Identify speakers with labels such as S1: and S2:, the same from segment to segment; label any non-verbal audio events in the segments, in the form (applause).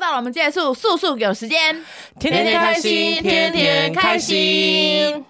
S1: 到了我们结束，速速有时间。
S2: 天天开心，天天开心。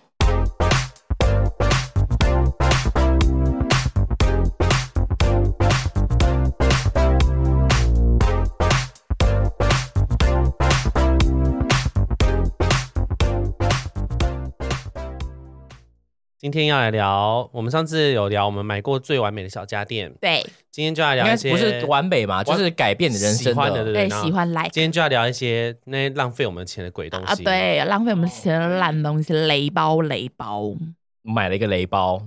S2: 今天要来聊，我们上次有聊我们买过最完美的小家电，
S1: 对
S2: 今天就要
S3: 应
S2: 聊
S3: 该
S2: 一些
S3: 不是完美嘛，就是改变你人
S2: 喜
S3: 生
S2: 欢的，
S3: 的。
S2: 对不对？
S1: 对，
S2: 然后
S1: 喜欢来
S2: (laughs) 今天就要聊一些那些浪费我们钱的鬼东西
S1: 啊，，对，浪费我们钱的烂东西，雷包雷包。
S3: 买了一个雷
S2: (laughs)
S3: 包，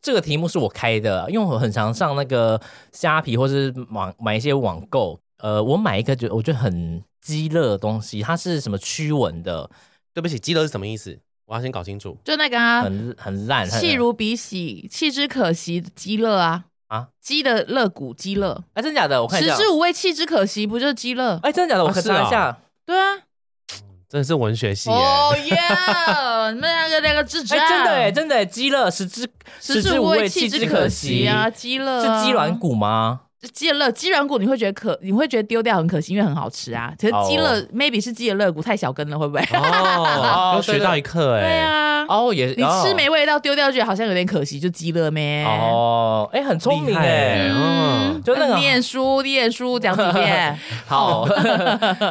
S3: 这个题目是我开的，因为我很常上那个虾皮或是网买一些网购。呃，我买一个觉我觉得很鸡肋的东西，它是什么驱蚊的，
S2: 对不起，鸡肋是什么意思？我要先搞清楚。
S1: 就那个啊，
S3: 很很烂，很
S1: 细如鼻息，弃之可惜的鸡肋啊
S3: 啊，
S1: 鸡的肋骨鸡肋，
S3: 哎，真的假的？我看一
S1: 食
S3: 下，
S1: 之无味，弃之可惜，不就是鸡肋？
S3: 哎，真的假的？我
S2: 啊
S3: 看
S2: 是啊
S3: 查一下，
S1: 对啊，
S2: 真的是文学系耶、
S1: 哦耶，你们 (laughs) 那个那个智
S3: 哎，
S1: 障，
S3: 真的哎，真的哎鸡肋，食之
S1: 啊食
S3: 之
S1: 之无味，
S3: 味，
S1: 弃
S3: 弃
S1: 之
S3: 之
S1: 可
S3: 可
S1: 惜啊，鸡肋啊
S3: 是鸡软，骨吗？
S1: 鸡肋，鸡软骨你会觉得可，你会觉得丢掉很可惜，因为很好吃啊。可是鸡肋、
S3: 哦
S1: maybe 是鸡的肋骨太小根了，会不会？
S2: 哦，
S3: (laughs)
S2: 又学到一课哎、
S1: 对啊，
S3: 哦，也
S1: 你吃
S3: 没？
S1: 没味道，丢掉觉得好像有点可惜，就鸡肋咩？
S3: 哦，哎，很聪明
S2: 厉害
S3: 哎
S2: 欸，
S1: 嗯，
S2: 嗯
S3: 就那个
S1: 念书念书讲几遍，
S3: 好，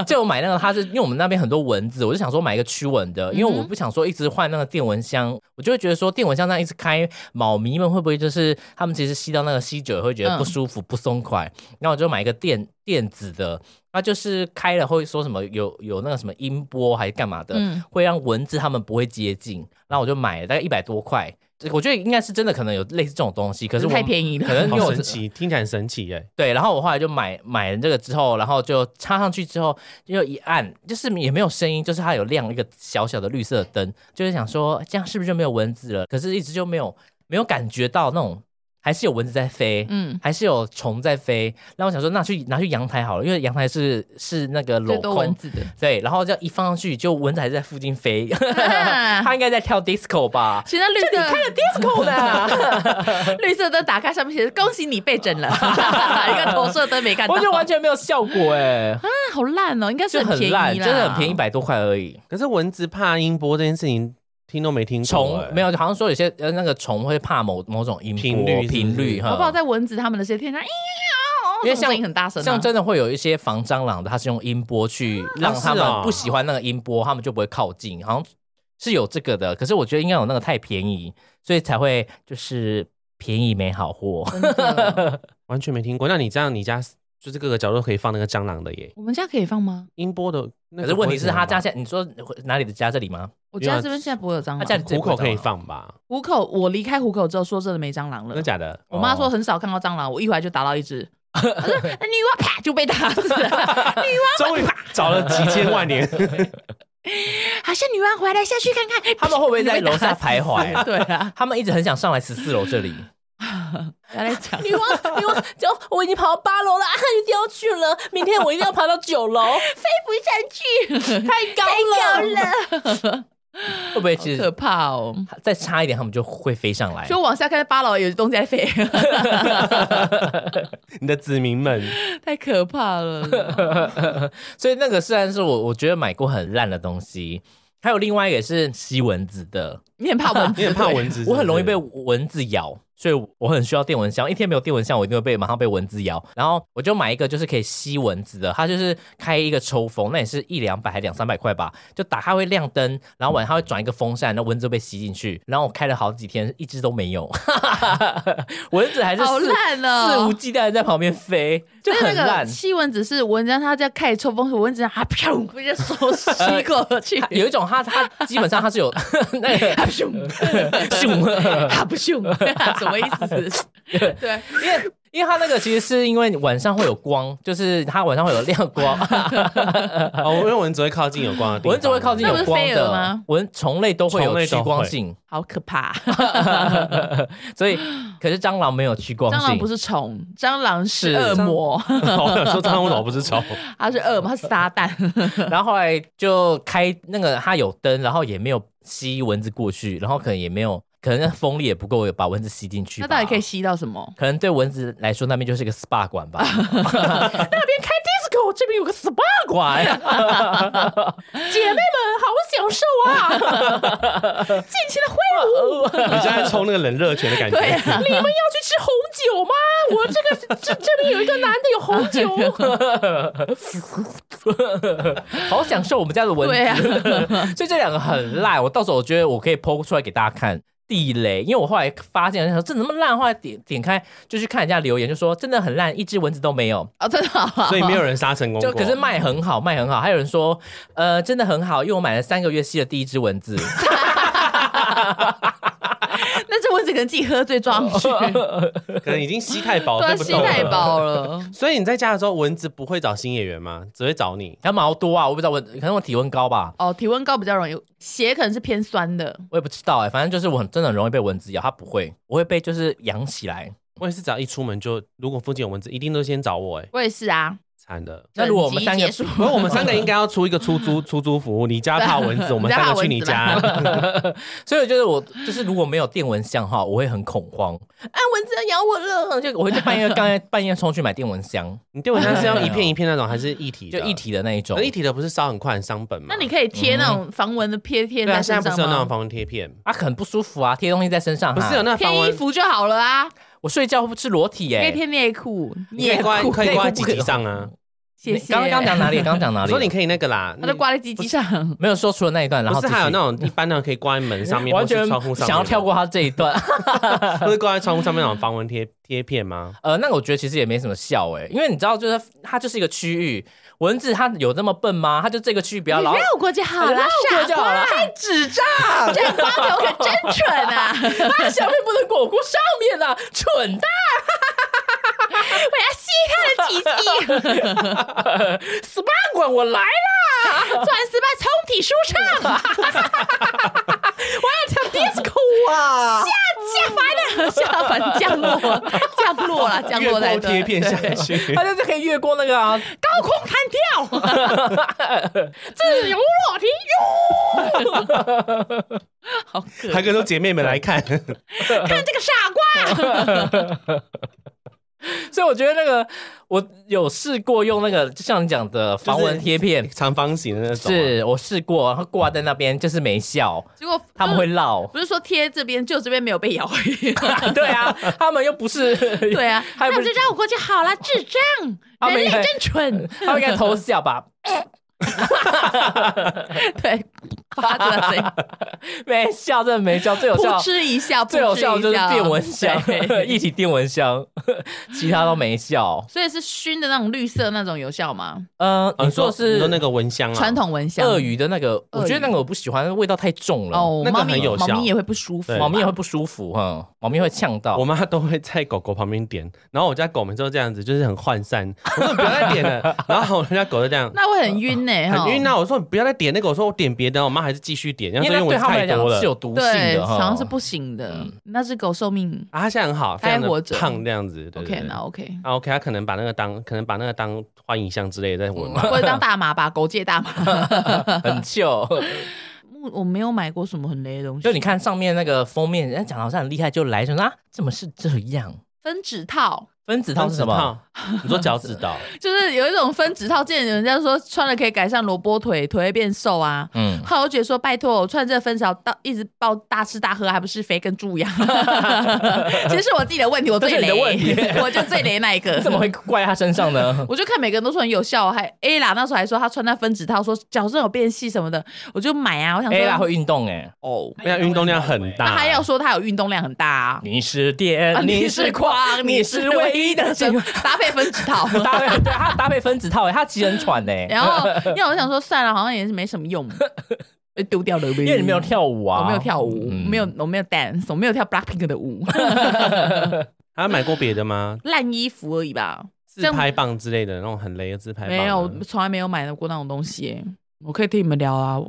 S3: 就我买那个，它是因为我们那边很多蚊子，我就想说买一个驱蚊的，因为
S1: 嗯
S3: 我
S1: 哼
S3: 不想说一直换那个电蚊香，我就会觉得说电蚊香那样一直开，猫迷们会不会就是他们其实吸到那个吸久了会觉得不舒服、不松快，然后我就买一个
S1: 嗯
S3: 电电子的，它就是开了会说什么有有那个什么音波还是干嘛的，
S1: 嗯
S3: 会让蚊子它们不会接近，然后我就买了大概一百多块。这我觉得应该是真的，可能有类似这种东西， (laughs) 可是我
S1: 太便宜了
S3: 可能因为
S2: 好
S3: 我
S2: 神奇，听起来很神奇耶、
S3: 对，然后我后来就买买了这个之后，然后就插上去之后，就一按，就是也没有声音，就是它有亮一个小小的绿色的灯，就是想说这样是不是就没有蚊子了？可是一直就没有没有感觉到那种还是有蚊子在飞，
S1: 嗯，
S3: 还是有虫在飞。然后我想说那去拿去阳台好了，因为阳台是是那个
S1: 最
S3: 镂
S1: 多蚊
S3: 空。
S1: 子的。 (laughs)
S3: 对，然后这样一放上去，就蚊子还在附近飞，
S1: 啊
S3: (laughs) 它应该在跳 disco 吧
S1: 其实那绿色
S3: ？disco 呢？
S1: (laughs) 绿色灯打开，上面写着“恭喜你被整了”， (laughs) 一个投射灯没看到，
S3: 我就完全没有效果哎、
S1: 啊好烂哦，应该是
S3: 就
S1: 便
S3: 很
S1: 宜啦，
S3: 烂，真的很便宜，一百多块而已。
S2: 可是蚊子怕音波这件事情，听都没听过、
S3: 虫
S2: 哎
S3: 没有，好像说有些呃那个虫会怕某某种音波
S2: 频率是不是
S3: 频率哈，
S1: 好不好？在蚊子他们那些天上，哎呀哦
S3: 因为
S1: 这种
S3: 嗯像
S1: 声音很大声啊，
S3: 像真的会有一些防蟑螂的，它是用音波去让
S2: 是
S3: 他
S2: 哦
S3: 们不喜欢那个音波，他们就不会靠近，好像是有这个的。可是我觉得应该有那个太便宜，所以才会就是便宜没好 (laughs) 货。
S1: 真的。
S2: 完全没听过。那你这样，你家就是各个角落都可以放那个蟑螂的耶，
S1: 我们家可以放吗？
S2: 音波的那
S3: 可
S2: 个
S3: 是
S2: 不会
S3: 问
S2: 怎样吧。
S3: 题是，他家现在你说哪里的家这里吗？
S1: 我家这边现在不会有蟑
S3: 啊他家
S1: 螂
S3: 里。
S2: 虎口可以放吧？
S1: 虎口，我离开虎口之后，说真的没蟑螂
S2: 真
S1: 了
S2: 的。假的？
S1: 我
S3: 哦
S1: 妈说很少看到蟑螂，我一回来就打到一
S3: (laughs)
S1: 只，她说女娲啪就被打死了。
S2: (laughs) 终于找了几千万年，
S1: 好像女娲回来下去看看，
S3: (laughs) 他们会不会在楼下徘 (laughs) 徊
S1: (laughs) 对啊，
S3: 他们一直很想上来十四楼这里。
S1: 不要再讲。
S3: 女王，女王，就我已经爬到八楼了，啊， (laughs) 一定要去了。明天我一定要爬到九楼，
S1: (laughs) 不下去，
S3: 太高了。
S1: 太高了，
S3: 会不会其
S1: 可
S3: 实
S1: 怕哦！
S3: 再差一点，他们就会飞上来？
S1: 就往下看，八楼有东西在飞，
S2: (laughs) 你的子民们，
S1: 太可怕了。
S3: 所以那个虽然是我我觉得买过很烂的东西，还有另外一个也是吸蚊子的，
S1: 你很怕蚊子，
S2: 你很怕
S1: 对
S2: 蚊子是不是，
S3: (laughs) 我很容易被蚊子咬，所以我很需要电蚊香。一天没有电蚊香，我一定会被马上被蚊子咬。然后我就买一个就是可以吸蚊子的，它就是开一个抽风，那也是一两百还两三百块吧，就打开会亮灯，然后晚上会转一个风扇，那蚊子会被吸进去。然后我开了好几天，一只都没有，
S1: 哦
S3: 蚊子还是
S1: 好
S3: 肆
S1: 烂哦
S3: 肆无忌惮地在旁边飞，就
S1: 所以
S3: 很
S1: 那个
S3: 烂。
S1: 吸蚊子是蚊子，它在开始抽风，蚊子啊噗，不就手吸过去，
S3: 它有一种它，它基本上它是有 (laughs) 那个
S1: 啊咻，
S3: 熊，
S1: 啊不咻，什么意思？对，
S3: 因为因为它那个其实是因为晚上会有光，就是它晚上会有亮
S1: (laughs)
S3: 光，(laughs)
S2: 哦，因为蚊子会靠近有光的地方，
S3: 蚊子会
S2: (laughs)
S3: 靠近有
S1: 那不
S3: 光
S1: 是飞蛾吗
S3: 的，蚊虫类都会
S2: 虫
S3: 有
S2: 类
S3: 趋
S2: 都
S3: 光
S2: 会
S3: 性，
S1: 好可怕！
S3: (laughs) 所以可是蟑螂没有趋光性，
S1: 蟑螂不是虫，蟑螂是
S3: 是
S1: 恶魔，
S2: 哦我想说蟑螂为什么不是
S3: (laughs)
S2: 虫？
S1: 它是恶魔，它是撒旦。
S3: 然后后来就开那个它有灯，然后也没有吸蚊子过去，然后可能也没有，可能那风力也不够把蚊子吸进去吧。
S1: 那到底可以吸到什么？ (laughs)
S3: (laughs) 可能对蚊子来说，那边就是一个 SPA 馆吧。那边开 disco，这边有个 SPA 馆， (laughs) 姐妹们好享受啊！
S1: 尽情的挥舞，
S2: 你现在冲那个冷热泉的感
S1: 对
S2: 觉，
S1: 啊，
S3: 你们要去吃红酒吗？我这个这这边有一个男的有红酒， (laughs) 好享受我们家的文字。
S1: 对啊
S3: (laughs) 所以这两个很烂，我到时候我觉得我可以剖出来给大家看。地雷，因为我后来发现，想说这怎么那么烂，后来点点开就去看人家留言，就说真的很烂，一只蚊子都没有。
S1: 哦，真的好啊，
S2: 所以没有人杀成功
S3: 就
S2: 过。
S3: 可是卖很好，卖很好。还有人说，呃，真的很好，因为我买了三个月吸的第一只
S1: (laughs)
S3: 蚊子。 (laughs)
S1: 那这蚊子可能自己喝醉撞去，
S2: 可能已经吸太饱，
S1: 对啊，
S2: 对不
S1: 吸
S2: 动
S1: 太
S2: 了。
S1: 饱了。
S2: 所以你在家的时候，蚊子不会找新演员吗？只会找你。
S3: 它毛多啊，我不知道，我可能我体温高吧，
S1: 哦，体温高比较容易，血可能是偏酸的。
S3: 我也不知道哎、反正就是我很真的很容易被蚊子咬，它不会，我会被就是痒起来。
S2: 我也是，只要一出门就，如果附近有蚊子，一定都先找我、哎，
S1: 我也是啊。
S2: 惨了。
S3: 那 (laughs) 如果我们
S1: 等级
S3: 三个
S1: 结束，
S2: 不过我们三个应该要出一个出
S3: (laughs)
S2: 租出租服务，你家怕蚊子，我们三个去你家
S1: 你。
S3: (laughs) 所以我觉得我就是如果没有电蚊香哈，我会很恐慌，啊，蚊子要咬我了，就我会在半夜刚才半夜冲去买电蚊
S2: (laughs)
S3: 香，
S2: 你电蚊香是要一片一片那种，还是一体
S3: (laughs) 就
S2: 的？
S3: 一体的那一种
S2: 啊可。是一体的不是烧很快很伤本吗？
S1: 那你可以贴那种防蚊的贴片
S2: 对啊，
S1: 在
S2: 现在
S1: 身上
S2: 不是有那种
S1: 吗？
S2: 防蚊贴片，
S3: 啊，很不舒服啊！贴东西在身上哈，
S2: 不是有那防
S1: 贴衣
S2: 蚊
S1: 服就好了啊，
S3: 我睡觉是裸体欸耶、
S1: 可以贴内裤、
S2: 你可
S1: 内
S2: 以挂
S1: 裤。
S2: 可以挂在
S3: 内
S2: 鸡
S3: 裤不可以
S2: 鸡上啊。
S1: 谢
S3: 你
S1: 谢。
S3: 刚刚刚讲哪里？刚刚讲哪
S2: (laughs) 我
S3: 里？
S2: 啊说你可以那个啦，
S1: 他就挂在鸡鸡上，
S3: 没有说除了那一段，然
S2: 不
S3: 后
S2: 是
S3: 继续
S2: 还有
S3: (laughs)
S2: 那种一般那种可以挂在门上面，
S3: 完
S2: 或
S3: 全
S2: 是窗户上面的
S3: 想要跳，过他这一段。
S2: 或是挂在窗户上面那种防蚊贴贴片吗？
S3: 呃，那个我觉得其实也没什么效哎、因为你知道，就是它就是一个区域，蚊子它有那么笨吗？它就这个区域不要，然后
S1: 绕过就好了，
S3: 绕过就好
S1: 傻
S3: 了
S1: 瓜
S3: 还纸张，
S1: 这光头可真蠢啊！
S3: 它下面不能裹过上面啊，蠢蛋
S1: 我要吸他的鸡鸡，
S3: ！SPA 馆我来了，
S1: 钻丝吧，通体舒畅，
S3: 跳 disco 啊！
S1: 下凡了，下凡降落，降落了，降
S2: 越
S1: 落在
S2: 过贴片下去
S3: 它，就是可以越过那个啊，
S1: 高空弹跳，自由落体哟，好可
S2: (laughs) 还可以说姐妹们来看， (laughs)
S1: 看这个傻瓜，
S3: 所以我觉得那个我有试过用那个，就像你讲的防蚊贴片，
S2: 长方形的那种啊。
S3: 是我试过，然后挂在那边就是没效，
S1: 结果
S3: 他们会绕。
S1: 不是说贴这边，就这边没有被咬而已。
S3: (laughs) 对啊，他们又不是，
S1: 对啊，
S3: 还
S1: 那
S3: 不
S1: 就是绕过去好了，智
S3: 他
S1: 障，
S3: 们
S1: 人类
S3: 应该
S1: 真蠢，
S3: (laughs) 他们应该偷笑吧？
S1: 对，发出来声
S3: 没笑，真的没笑，最有
S1: 扑
S3: 效，
S1: 哧一笑，扑
S3: 最有
S1: 哧一
S3: 效就是电蚊香， (laughs)
S1: 对
S3: 一体电蚊香，其他都没效。
S1: 所以是熏的那种绿色那种有效吗？
S3: 嗯、
S2: 哦
S3: 你说的
S2: 你说
S3: 是
S2: 那个蚊香啊？
S1: 传统蚊香，
S3: 鳄鱼的那个，
S1: 鳄鱼
S3: 我觉得那个我不喜欢，味道太重了，
S1: 哦，
S2: 那个
S1: 猫咪
S2: 很有效
S1: 猫咪也会不舒服，
S2: 对
S3: 猫咪也会不舒服，嗯，猫咪会呛到
S2: 我。妈都会在狗狗旁边点，然后我家狗每次都这样子，就是很涣散。我说你不要再
S3: (laughs)
S2: 点了，然后我家狗就这样，
S1: 那会很晕呢，
S2: 很晕
S1: 哈。
S2: 啊！我说你不要再点那个，我说我点别的，我妈还是继续点，因为
S3: 因为
S2: 因
S3: 那
S2: 为
S3: 对
S2: 蚊
S3: 他们
S2: 太
S3: 来讲
S2: 多了
S3: 是。有毒性
S1: 对，
S3: 的，
S1: 好
S3: 哈
S1: 像是不行的
S3: 嗯。
S1: 那只狗寿命
S2: 啊，它现在很好，非常
S1: 还活着
S2: 的胖这样子。对
S1: OK，
S2: 对对
S1: 那 OK，
S2: 啊，OK，他可能把那个当可能把那个当欢迎像之类的在闻吧。
S1: 或者当大麻吧，狗界大麻。
S3: (laughs) 很旧。
S1: 我我没有买过什么很雷的东西，
S3: (laughs) 就你看上面那个封面，人家讲的好像很厉害，就来什么啊？怎么是这样？
S1: 分指套，
S3: 分子汤是什
S1: (laughs)
S3: 么？
S2: 汤？你说脚趾头？
S1: 就是有一种分指套，见人家说穿了可以改善萝卜腿，腿会变瘦啊。
S3: 嗯，
S1: 后来我姐说：“拜托，我穿这分手到一直抱大吃大喝，还不是肥跟猪一样？ (laughs) 其实是我自己的问题，我最
S3: 这是你
S1: 雷，
S3: 的问题
S1: (laughs) 我就最雷那一个。
S3: (laughs) 怎么会怪他身上呢？
S1: 我就看每个人都说很有效，还 A 啦，那时候还说她穿那分指套，说矫正有变细什么的，我就买啊。我 (laughs) 想
S3: A 啦
S1: 说，
S3: 会运动哎，
S1: 哦，
S2: 那运动量很大。
S3: 嗯
S1: 那她要说她有运动量很大啊，
S3: 你
S1: 啊
S3: 是电，你是框，你是唯一的真
S1: 真
S3: (laughs)
S1: 搭配分指套。
S3: 搭配对他搭配分子套哎，他急很喘哎，
S1: (laughs) 然后，因为我想说算了，好像也是没什么
S3: (laughs)
S1: 用，就丢掉了呗。
S3: 因为你没有跳舞啊，
S1: 我没有跳舞，
S3: 嗯
S1: 没有，我没有 dance，我没有跳 Blackpink 的舞，
S2: 他买过别的吗？
S1: 烂衣服而已吧。
S2: 自拍棒之类的那种很雷的自拍棒啊。
S1: 没有，我从来没有买过那种东西耶。我可以听你们聊啊，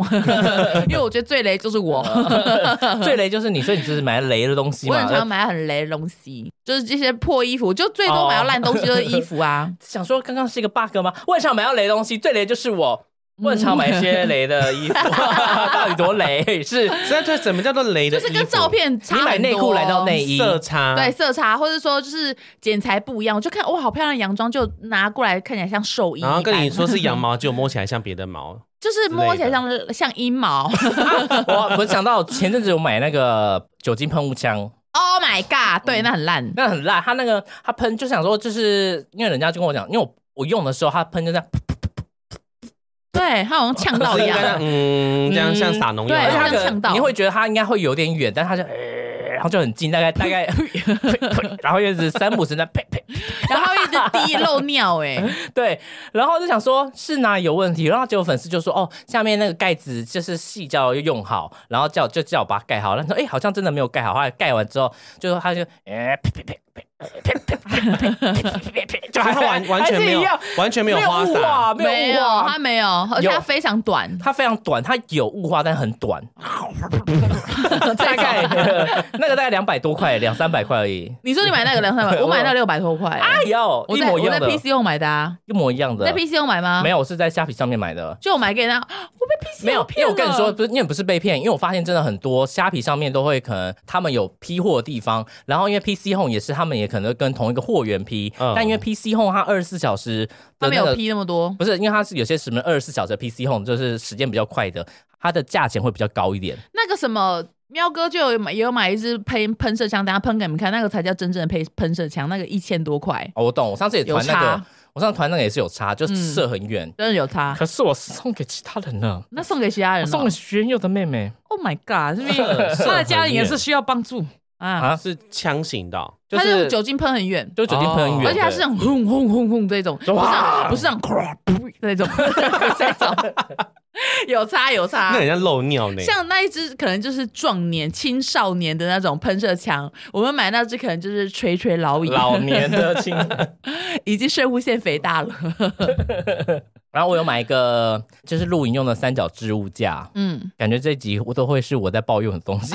S3: (laughs)
S1: 因为我觉得最雷就是我，
S3: (laughs) 嗯最雷就是你，所以你就是买雷的东西
S1: 我很常
S3: 嘛。呃
S1: 买很雷的东西，就是这些破衣服，就最
S3: 哦 (laughs)
S1: 多买到烂东西就是衣服啊。
S3: 想说刚刚是一个 bug 吗？我也想买到雷的东西，最雷就是我
S1: 嗯
S3: 我很常买一些雷的衣服， (laughs) 到底多雷？是
S2: 所以对什么叫做雷的
S1: 就
S2: 衣服？
S1: 是跟照片差
S3: 你买
S1: 很多
S3: 内裤来到内衣，
S2: 色差，
S1: 对，色差，或者说就是剪裁不一样，我就看哇，好漂亮的洋装，就拿过来看起来像兽医一
S2: 然
S1: 般，
S2: 后跟你说是羊毛，结果摸起来像别的毛，
S1: (laughs) 就是摸起来像像阴毛。 (laughs)
S3: 啊我我想到前阵子我买那个酒精喷雾枪，
S1: oh my god，对，那很
S3: (laughs)
S1: 烂。
S3: 那很烂，它那个它喷就想说，就是因为人家就跟我讲，因为我我用的时候它喷就这样，
S1: 对，他好像呛到
S2: 是
S1: 一
S2: 应该这
S1: 样
S2: 样。 (laughs) 嗯，这样
S3: 嗯
S2: 像撒农药
S1: 对
S2: 一
S3: 而且它
S1: 像
S2: 样，
S3: 可
S1: 呛到
S3: 能你会觉得它应该会有点远，但它就、呃然后就很近，大概大 (laughs) 概，然后又是三步时在 (laughs) 呸呸，
S1: (laughs) 然后一直滴漏尿、
S3: (laughs)
S1: 哎，
S3: 对，然后就想说是哪里有问题，然后结果粉丝就说哦，下面那个盖子就是细胶要用好，然后叫就叫我把它盖好，然后说哎好像真的没有盖好，后来盖完之后，就说他就哎呸呸呸呸呸呸呸，就
S2: 它完完全没有完全没有花洒，
S3: 化，
S1: 没
S3: 有雾
S1: 有，
S3: 化
S1: 他。没有，而且
S3: 有
S1: 他非常短，
S3: 它非常短，它有雾化，但很
S1: (laughs)
S3: 短，大概呃那个大概两百多块，两三百块而已。
S1: 你说你买那个两
S3: (laughs)
S1: 三百，我买到六百多块、欸
S3: 哎呦，
S1: 我
S3: 一
S1: 在
S3: 模一
S1: 我
S3: 样
S1: 在
S3: 的，
S1: PC 用买的、啊，
S3: 一模一样的
S1: 在。PC 用买吗？
S3: 没有，我是在虾皮上面买的。
S1: 就我买给人家，我被 PC
S3: 没有，因
S1: 骗
S3: 为
S1: 了。
S3: 我跟你说，不是，因为不是被骗，因为我发现真的很多虾皮上面都会可能他们有批货的地方，然后因为 PC Home 也是他们也可能跟同一个货源批，
S2: 嗯
S3: 但因为 PC Home 它二十四小时
S1: 他
S3: 的
S1: 没
S3: 那
S1: 有
S3: 个
S1: 批那么多，
S3: 不是，因为它是有些什么二十四小时的 PC Home 就是时间比较快的，它的价钱会比较高一点。
S1: 那个什么。喵哥就有买，也有买一支喷喷射枪，等下喷给你们看，那个才叫真正的喷喷射枪，那个一千多块，
S3: 哦，我懂，我上次也
S1: 有
S3: 团那
S1: 差
S3: 个，，我上次团那个也是有差，就
S1: 嗯
S3: 射很远。
S1: 真的有差。
S3: 可是我送给其他人了，
S1: 那送给其他人、
S3: 我
S1: 哦，
S3: 送给学友的妹妹
S1: Oh my god！是不
S3: 射
S1: 是 (laughs)
S3: 射
S1: 他的家
S3: 很
S1: 人也
S3: 远
S1: 是需要帮助啊？
S3: 啊，
S2: 是枪型的哦，
S3: 就
S1: 他是用
S3: 是
S1: 酒精喷很远，
S3: 就酒精喷很远，
S1: 而且他
S3: 对
S1: 是那种轰轰轰轰这种，不是那
S3: 哇
S1: 种不是那种咵噗 (laughs) 那种这种， (laughs) 有差有差
S2: 那。很像漏尿呢。
S1: 啊像那一只可能就是壮年、青少年的那种喷射枪，我们买那只可能就是垂垂老矣，
S3: 老年的青。
S1: (laughs) 已经射护腺肥大了。
S3: 然后我有买一个就是露营用的三角置物架，
S1: 嗯，
S3: 感觉这集我都会是我在抱怨的东
S1: (laughs)
S3: 西。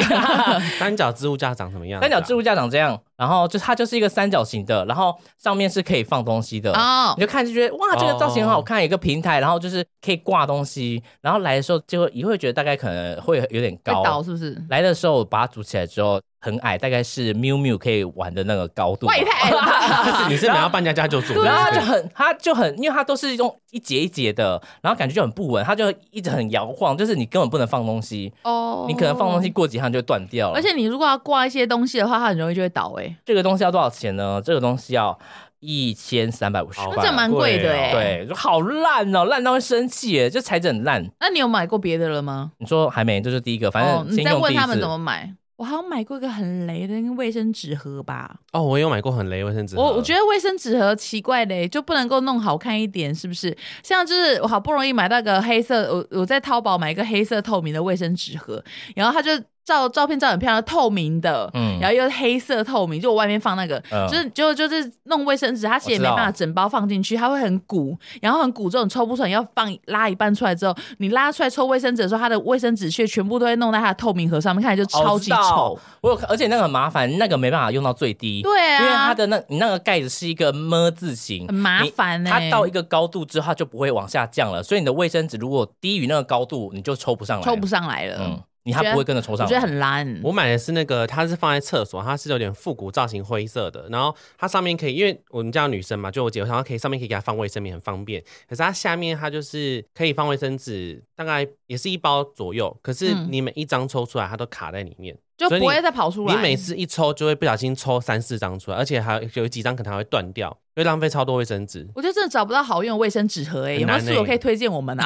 S2: 三角置物架长什么样子啊？
S3: 三角置物架长这样，然后就它就是一个三角形的，然后上面是可以放东西的。
S1: 哦
S3: 你，就看就觉得哇，这个造型很好看，有一个平台，然后就是可以挂东西，然后来的时候就会也会觉得大概可能会有点
S1: 会倒
S3: 高。
S1: 是不是？
S3: 来的时候把它组起来之后很矮，大概是 miu miu 可以玩的那个高度吧。
S1: 哇，也太矮了吧！
S2: 你是没有要搬家家就住，
S3: 啊然后它
S2: 对
S3: 就很，它就很，因为它都是用一节一节的，然后感觉就很不稳，它就一直很摇晃，就是你根本不能放东西，
S1: (laughs) 哦
S3: 你可能放东西，过几下就断掉了。
S1: 而且你如果要挂一些东西的话，它很容易就会倒哎。
S3: 这个东西要多少钱呢？这个东西要一千三百五十。
S2: 好
S1: 那这蛮贵的
S2: 贵
S1: 哎
S2: 哦
S3: 对，好烂哦，烂到会生气耶，这材质很烂。
S1: 那你有买过别的了吗？
S3: 你说还没，这是第一个，反
S1: 哦，
S3: 正
S1: 你
S3: 先
S1: 再
S3: 用第
S1: 问
S3: 一
S1: 他们
S3: 次。
S1: 怎么买。我好像买过一个很雷的那个卫生纸盒吧，
S2: 哦，我有买过很雷卫生纸盒，
S1: 我我觉得卫生纸盒奇怪嘞，就不能够弄好看一点，是不是？像就是我好不容易买到一个黑色，我我在淘宝买一个黑色透明的卫生纸盒，然后它就照照片照得很漂亮，透明的，
S3: 嗯
S1: 然后又是黑色透明，就我外面放那个，
S3: 嗯
S1: 就是就就是弄卫生纸，它其实也
S3: 我
S1: 没
S3: 知道
S1: 办法整包放进去，它会很鼓，然后很鼓这种抽不出来，你要放拉一半出来之后，你拉出来抽卫生纸的时候，它的卫生纸屑全部都会弄在它的透明盒上面，看起来就
S3: 哦
S1: 超级丑。。
S3: 我有看，而且那个很麻烦，那个没办法用到最低。
S1: 对啊
S3: 因为它的那你那个盖子是一个么字形，
S1: 很麻
S3: 你
S1: 烦欸
S3: 它到一个高度之后，它就不会往下降了，所以你的卫生纸如果低于那个高度，你就抽不上来，
S1: 抽不，上来了，
S3: 嗯，你它不会跟着抽
S1: 我
S3: 上
S1: 觉得
S3: 来。
S1: 很烂。
S2: 我买的是那个，它是放在厕所，它是有点复古造型，灰色的。然后它上面可以，因为我们家有女生嘛，就我姐，然后可以上面可以给她放卫生棉，很方便。可是它下面它就是可以放卫生纸，大概也是一包左右。可是
S1: 嗯
S2: 你每一张抽出来，它都卡在里面，
S1: 就
S2: 所以
S1: 不会
S2: 你
S1: 再跑出来。
S2: 你每次一抽就会不小心抽三四张出来，而且还有有几张可能还会断掉，会浪费超多卫生纸。
S1: 我就真的找不到好用的卫生纸盒哎、
S2: 很
S1: 有没有
S2: 难
S1: 室友
S2: 欸
S1: 可以推荐我们啊？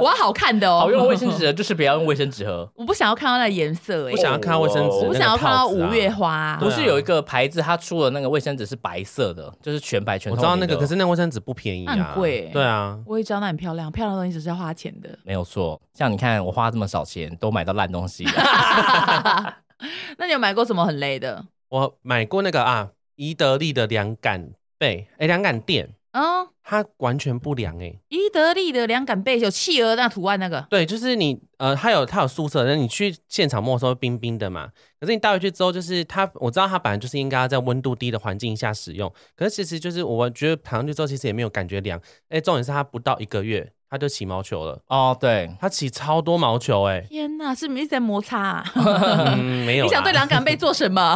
S1: 我要好看的哦、
S3: 好用的卫生纸，盒就是不要用卫生纸盒。
S1: (laughs) 我不想要看到那颜色哎、
S2: 不想要看到卫生纸、
S1: 我
S3: 我
S2: 那
S1: 不
S2: 个
S1: 想要看到
S2: 套子啊
S1: 五月花啊、
S3: 不是有一个牌子，它出的那个卫生纸是白色的，就是全白全
S2: 我
S3: 透
S2: 知
S3: 明的。
S2: 道那个，可是那卫生纸不便宜
S1: 那
S2: 啊，
S1: 很贵欸
S2: 对啊，
S1: 我也知道那很漂亮，漂亮的东西只是要花钱
S2: (laughs)
S1: 的。
S3: 没有错。像你看，我花这么少钱都买到烂东西，
S2: (laughs)
S1: 那你有买过什么很雷的？
S2: 我买过那个啊，宜得利的凉感被，哎、凉感垫，
S1: 嗯，
S2: 它完全不凉哎、
S1: 伊德利的凉感被有企鹅那图案那个，
S2: 对，就是你呃，它有它有宿舍，那你去现场摸的时候冰冰的嘛，可是你带回去之后，就是它，我知道它本来就是应该要在温度低的环境下使用，可是其实就是我觉得躺上去之后，其实也没有感觉凉，哎、重点是它不到一个月。它他就起毛球了，
S3: 哦，对，
S2: 他起超多毛球
S1: (laughs)
S2: 哎、
S1: 天哪，是不是一直在摩擦啊、
S2: 嗯， (laughs) 没有
S1: 你
S2: 啦。
S1: 想对凉感被做什
S2: (laughs)
S1: 么？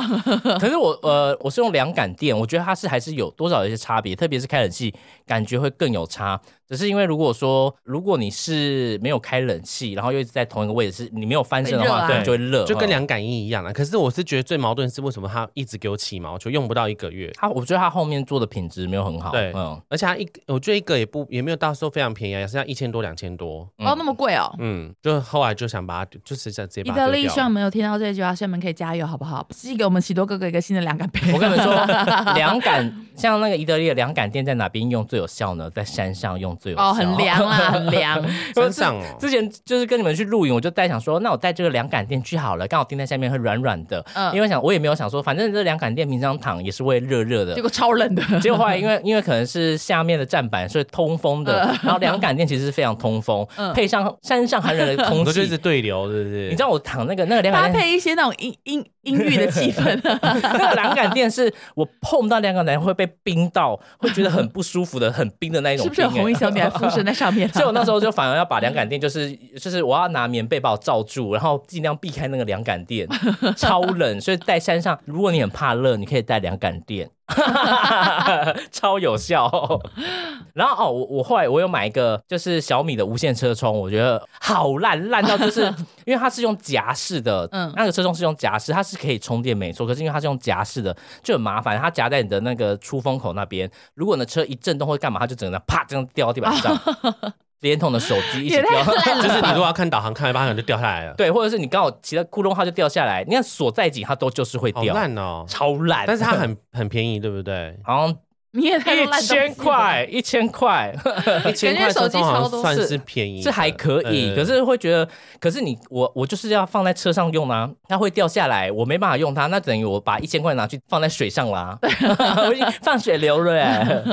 S3: 可是我呃，我是用凉感垫，我觉得它是还是有多少有一些差别，特别是开冷气，感觉会更有差。只是因为如果说如果你是没有开冷气，然后又一直在同一个位置，是你没有翻身的
S1: 很热
S3: 话，
S1: 啊
S3: 可能就会热，
S2: 就跟
S3: 嗯。
S2: 凉感应一样啊。可是我是觉得最矛盾是为什么他一直给我起毛球，用不到一个月，
S3: 它我觉得它后面做的品质没有很好，
S2: 对
S3: 嗯，
S2: 而且他一我觉得一个也不也没有到时候非常便宜啊，也是要一千多两千多。
S1: 哦，那么贵哦。
S2: 嗯，就后来就想把它就是想直接
S1: 意
S2: 把
S1: 大
S2: 它
S1: 利
S2: 丢
S1: 希望
S2: 掉。
S1: 没有听到这句话，希望你们可以加油，好不好？寄给我们喜多哥哥一个新的凉感
S2: (laughs)
S1: 被。
S3: 我跟你
S1: (laughs)
S3: 们说，凉感像那个宜得利的凉感垫在哪边用最有效呢？在山上用最有效，
S1: 哦，
S3: (laughs)
S1: 很凉啦，很
S2: (laughs)
S1: 凉。
S2: 身上哦，
S3: 之前就是跟你们去露营，我就在想说，那我带这个凉感垫去好了，刚好钉在下面会软软的。
S1: 嗯
S3: 因为想我也没有想说，反正这凉感垫平常躺也是会热热的
S1: 结。果超冷的，
S3: 结果后来因为因为可能是下面的站板所以通风的，然后凉感垫其实是非常通风，
S1: 嗯
S3: 配上山上寒冷的空
S2: 我都就一
S3: 气
S2: 直，对流，是不是？
S3: 你知道我躺那个那个凉
S1: 搭
S3: 感垫，
S1: 配一些那种阴阴阴郁的气
S2: (laughs)
S1: 氛，啊
S3: 那个凉感垫是我碰到凉感垫会被冰到，会觉得很不舒服的，很冰的那一种
S1: 是不
S3: 冰、
S1: 是有
S3: 欸
S1: 红衣小女孩附身在上面了？啊
S2: (laughs)
S3: 所以我那时候就反而要把凉感垫，就是就是我要拿棉被把我罩住，然后尽量避开那个凉感垫，超冷。所以在山上，如果你很怕热，你可以带凉感垫， (laughs) 超有效。然后哦，我我后来我有买一个就是小米的无线车充，我觉得好烂，烂到就是因为它是用夹式的，
S1: 嗯
S3: 嗯，那个车充是用夹式，它是可以充电没错，可是因为它是用夹式的就很麻烦，它夹在你的那个出风口那边，如果你的车一震动或干嘛，它就整个啪这样掉到地板
S1: (laughs)
S3: 上，连同你的手机一起
S1: 也太
S3: 掉。
S1: 烂
S2: 就
S1: 了
S2: 是你如
S1: 吧。
S2: 果要看导航，看到一半可能就掉下来
S3: (laughs)
S2: 了，
S3: 对，或者是你刚好骑到窟窿，它就掉下来。你看锁再紧，它都就是会
S2: 好
S3: 掉，
S2: 烂哦。
S3: 超烂。？
S2: 但是它很很便宜，对不对
S3: (laughs)
S1: (laughs)
S3: 好像
S1: 你也太烂
S3: 一
S1: 东西了
S3: 千，块，一千块，
S2: 一千
S1: 感
S2: 块
S1: 觉手机
S2: 通常
S1: 超多
S2: 算
S3: 是
S2: 是便宜的，
S3: 这还可以。
S2: 嗯
S3: 可是会觉得，可是你我我就是要放在车上用啊，它会掉下来，我没办法用它，那等于我把一千块拿去放在水上啦， (laughs) 我已经放水流了、欸。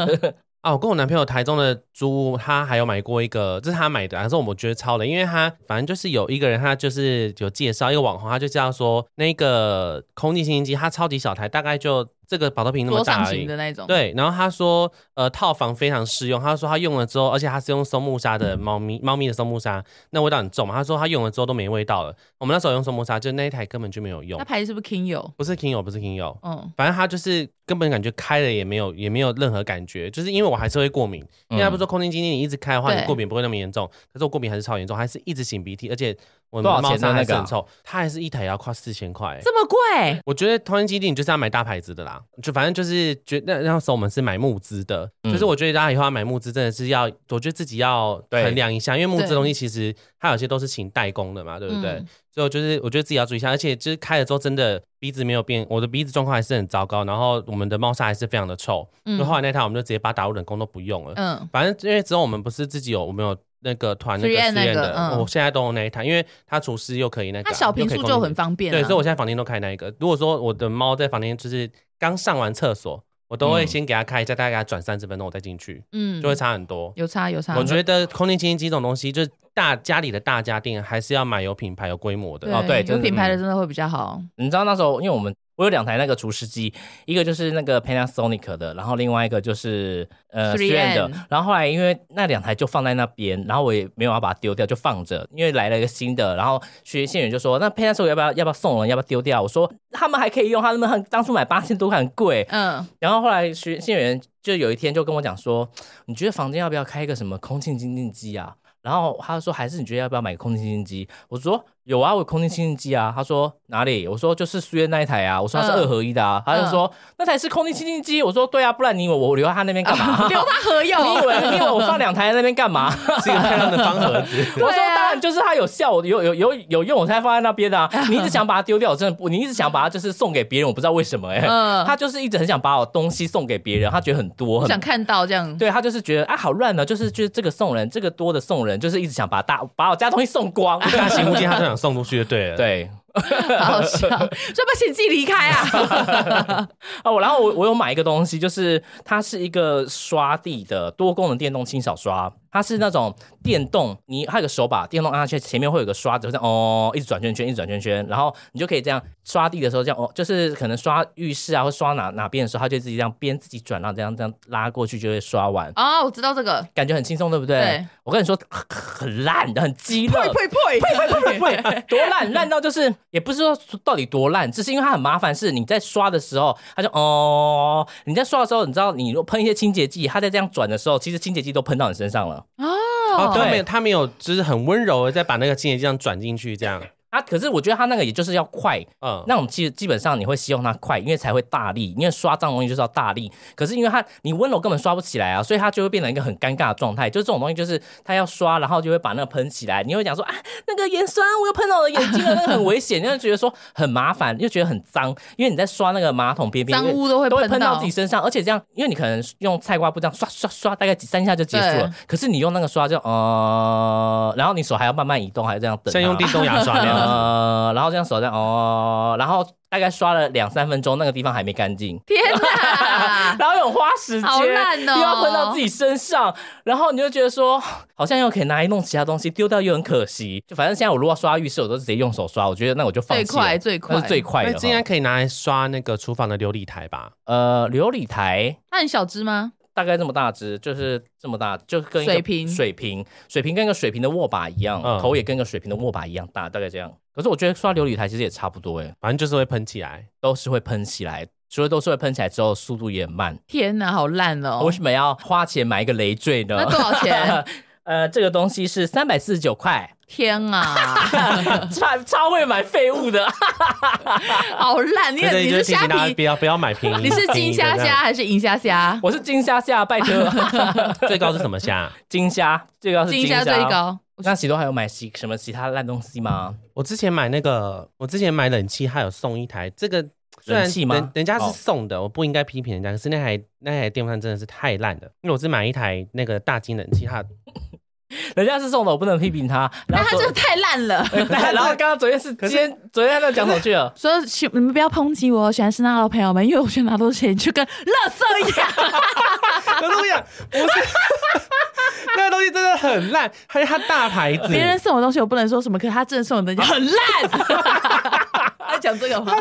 S2: 啊，我跟我男朋友台中的租屋，他还有买过一个，这是他买的，还是我们觉得超的，因为他反正就是有一个人，他就是有介绍一个网红，他就介绍说那个空气清新机，它超级小台，大概就这个保特瓶那么
S1: 桌
S2: 大
S1: 上
S2: 而
S1: 型
S2: 已
S1: 的。那种，
S2: 对，然后他说，呃，套房非常适用。他说他用了之后，而且他是用松木沙的猫咪，猫咪的松木沙，那味道很重嘛。他说他用了之后都没味道了。我们那时候用松木沙，就那一台根本就没有用
S1: 那，牌子是不是 King 有？
S2: 不是 Kingo，不是 Kingo，
S1: 嗯，
S2: 反正它就是根本感觉开了也没有也没有任何感觉，就是因为我还是会过敏。
S3: 嗯
S2: 因为他不是说空气清新你一直开的话，
S1: 对
S2: 你过敏不会那么严重，可是我过敏还是超严重，还是一直擤鼻涕，而且我
S3: 多少
S2: 的
S3: 钱
S2: 猫砂
S3: 的那
S2: 还
S3: 个
S2: 是
S3: 啊
S2: 很臭，它还是一台也要快四千块。欸
S1: 这么贵，
S2: 我觉得空气清新你就是要买大牌子的啦，就反正就是觉那那时候我们是买募资的，
S3: 嗯
S2: 就是我觉得大家以后要买募资真的是要，我觉得自己要
S3: 对
S2: 衡量一下，因为募资
S1: 对
S2: 东西其实它有些都是请代工的嘛，对不对？
S1: 嗯
S2: 所以我就是我觉得自己要注意一下，而且就是开了之后真的鼻子没有变，我的鼻子状况还是很糟糕，然后我们的猫砂还是非常的臭，
S1: 嗯
S2: 那、后来那套我们就直接把打入冷宫都不用了，
S1: 嗯，
S2: 反正因为之后我们不是自己有我们有那个团那个
S1: 3N
S2: 实
S1: 那个
S2: 验的，
S1: 嗯
S2: 我现在都用那一台，因为它厨师又可以那个啊，
S1: 它小
S2: 又
S1: 平
S2: 可以
S1: 数
S2: 控
S1: 就
S2: 制
S1: 很方便啊。
S2: 对，所以我现在房间都开那一个。如果说我的猫在房间就是刚上完厕所，我都会
S3: 嗯
S2: 先给它开一下，大概给它转三十分钟，我再进去，
S1: 嗯
S2: 就会差很多。
S1: 有差有差。
S2: 我觉得空气清新机这种东西，就是大家里的大家电还是要买有品牌、有规模的。
S3: 哦对真
S1: 有
S3: 的
S1: 品牌的真的会比较好。
S3: 你知道那时候，因为我们我有两台那个除湿机，一个就是那个 Panasonic 的，然后另外一个就是呃
S1: 3M
S3: 虽然的。然后后来因为那两台就放在那边，然后我也没有要把它丢掉，就放着。因为来了一个新的，然后学线员就说：“那 Panasonic 要不要要不要送人？要不要丢掉？”我说：“他们还可以用，他们很当初买八千多很贵。
S1: 嗯，”
S3: 然后后来学线员就有一天就跟我讲说：“你觉得房间要不要开一个什么空气清净机啊？”然后他说：“还是你觉得要不要买个空气清净机？”我说：“有啊，我有空气清净机啊。”他说：“哪里？”我说：“就是苏院那一台啊。”我说：“它是
S1: 嗯
S3: 二合一的啊。他就说：“那台是空气清净机。”我说：“对啊，不然你以为我留在他那边干嘛？
S1: 留它何用？
S3: 你以为你以为 (laughs) 我放两台在那边干嘛？”
S2: 是一个漂亮的方盒子。
S1: (laughs)
S3: 我说
S1: 对啊
S3: 当然就是它有效，有有有有用，我才放在那边
S1: (laughs)
S3: 的、啊。你一直想把它丢掉，我真的不，你一直想把它就是送给别人，我不知道为什么哎、
S1: 嗯
S3: 他就是一直很想把我东西送给别人，他觉得很多，
S1: 我
S3: 很
S1: 想看到这样。
S3: 对他就是觉得啊，好乱呢，就是就是这个送人，这个多的送人，就是一直想把大把我家东西送
S1: (laughs)
S3: 光。
S2: 大型物件他就想送出去就对了。，
S3: 对
S1: 好笑，这不请自己离开
S3: (laughs)
S1: 啊！
S3: 啊，我然后我我有买一个东西，就是它是一个刷地的多功能电动清扫刷，它是那种电动，你它有个手把，电动按下去前面会有个刷子，会这样哦，一直转圈圈，一直转圈圈，然后你就可以这样刷地的时候这样哦，就是可能刷浴室啊或刷哪哪边的时候，它就自己这样边自己转，然后这样这样拉过去就会刷完。
S1: 啊、我知道这个，
S3: 感觉很轻松，对不对？
S1: 对
S3: 我跟你说，很烂，很鸡肋，
S1: 呸呸
S3: (laughs)
S1: 呸
S3: 对，多烂，烂到就是也不是说到底多烂，只是因为它很麻烦，是你在刷的时候，它就哦，你在刷的时候，你知道你如果喷一些清洁剂，它在这样转的时候，其实清洁剂都喷到你身上了。
S2: 哦，
S1: 哦，
S2: 他
S3: 对
S2: 没有，他没有，就是很温柔的再把那个清洁剂这样转进去，这样，
S3: 啊，可是我觉得它那个也就是要快，
S2: 嗯，
S3: 那我们基基本上你会希望它快，因为才会大力，因为刷脏东西就是要大力。可是因为它你温柔根本刷不起来啊，所以它就会变成一个很尴尬的状态。就是这种东西，就是它要刷，然后就会把那个喷起来，你会讲说啊，那个眼酸，我又喷到我的眼睛了，那个很危险，你就觉得说很麻烦，又觉得很脏，因为你在刷那个马桶边边，
S1: 脏
S3: 因为
S1: 污都会
S3: 都会
S1: 喷
S3: 喷到自己身上，而且这样，因为你可能用菜瓜布这样刷刷刷，大概几三下就结束了
S1: 对。
S3: 可是你用那个刷就呃，然后你手还要慢慢移动，还要这样等它，啊
S2: 像用电动
S1: 啊 (laughs)
S2: 牙刷那样子。
S3: 呃，然后这样手这样哦，然后大概刷了两三分钟，那个地方还没干净。
S1: 天
S3: (laughs)
S1: 哪！
S3: 然后又很花时间，
S1: 好烂哦
S3: 又要喷到自己身上，然后你就觉得说， (sighs) 好像又可以拿来弄其他东西，丢掉又很可惜。就反正现在我如果要刷浴室，我都直接用手刷，我觉得那我就放
S1: 最
S3: 弃了
S1: 快最
S3: 那
S1: 快，
S3: 是最快
S2: 那
S3: 的
S2: 这应该
S1: 哦
S3: 哈。
S2: 可以拿来刷那个厨房的琉璃台吧？
S3: 呃，琉璃台
S1: 它很小只吗？
S3: 大概这么大只，就是这么大，就跟一个
S1: 水瓶
S3: 水瓶，水瓶跟一个水瓶的握把一样，
S2: 嗯
S3: 头也跟一个水瓶的握把一样大，大概这样。可是我觉得刷琉璃台其实也差不多哎、
S2: 反正就是会喷起来。
S3: 都是会喷起来，除了都是会喷起来之后，速度也很慢。
S1: 天哪，好烂哦
S3: 为！什么要花钱买一个累赘呢？
S1: 那多少
S3: (laughs)
S1: 钱？
S3: 呃，这个东西是三百四十九块， (laughs)
S1: 天啊，
S3: 超超会买废物的。 (laughs)
S1: 好烂！你
S2: 所以
S1: 你
S2: 就是提醒
S1: 虾
S2: 大家不
S1: 皮，
S2: 要不要买便宜。
S1: (laughs) 你是
S2: 便
S1: 金
S2: 宜的
S1: 虾
S2: 这
S1: 虾？
S2: 样
S1: 还是银虾虾？
S3: 我是金虾虾，拜
S1: (laughs)
S3: 托，
S2: 最高是什么虾？
S3: 金虾最高是
S1: 金
S3: 虾
S1: 虾最。高，
S3: 那喜多还有买其什么其他烂东西吗？
S2: (laughs) 我之前买那个，我之前买冷气，它有送一台这个。虽然
S3: 冷气吗
S2: 人人家是
S3: 哦
S2: 送的，我不应该批评人家。可是那台那台电风扇真的是太烂了，因为我是买一台那个大金冷气，
S1: (laughs)
S2: 它
S3: 人家是送的，我不能批评他。然
S1: 那
S3: 后
S1: 它这
S3: (laughs) 昨
S1: 个太烂 (laughs) 了。
S3: 然后刚刚昨天是今天昨天他在讲什么
S1: (laughs)
S3: 去了？
S1: 所以请你们不要抨击我，喜欢是那的朋友们，因为我觉得拿多钱就跟垃圾一样。 (laughs)
S2: 可是我想，不是 (laughs) 那个东西真的很烂，还有它大牌子，
S1: 别人送我东西我不能说什么，可是他真的送我的东西很烂。 (laughs) 他讲这个吗？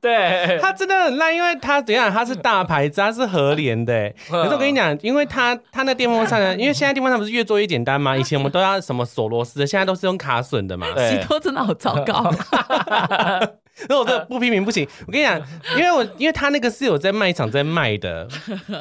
S3: 对，
S2: 它真的很烂，因为它怎样，它是大牌子，它是和联的欸。可是我跟你讲，因为它它那电风扇呢，因为现在电风扇不是越做越简单吗？以前我们都要什么锁螺丝的，现在都是用卡榫的嘛。
S3: 对
S1: 喜多真的好糟 (laughs) 糕，
S2: (laughs) 如果我这不批评不行，我跟你讲，因为我因为它那个是有在卖场在卖的。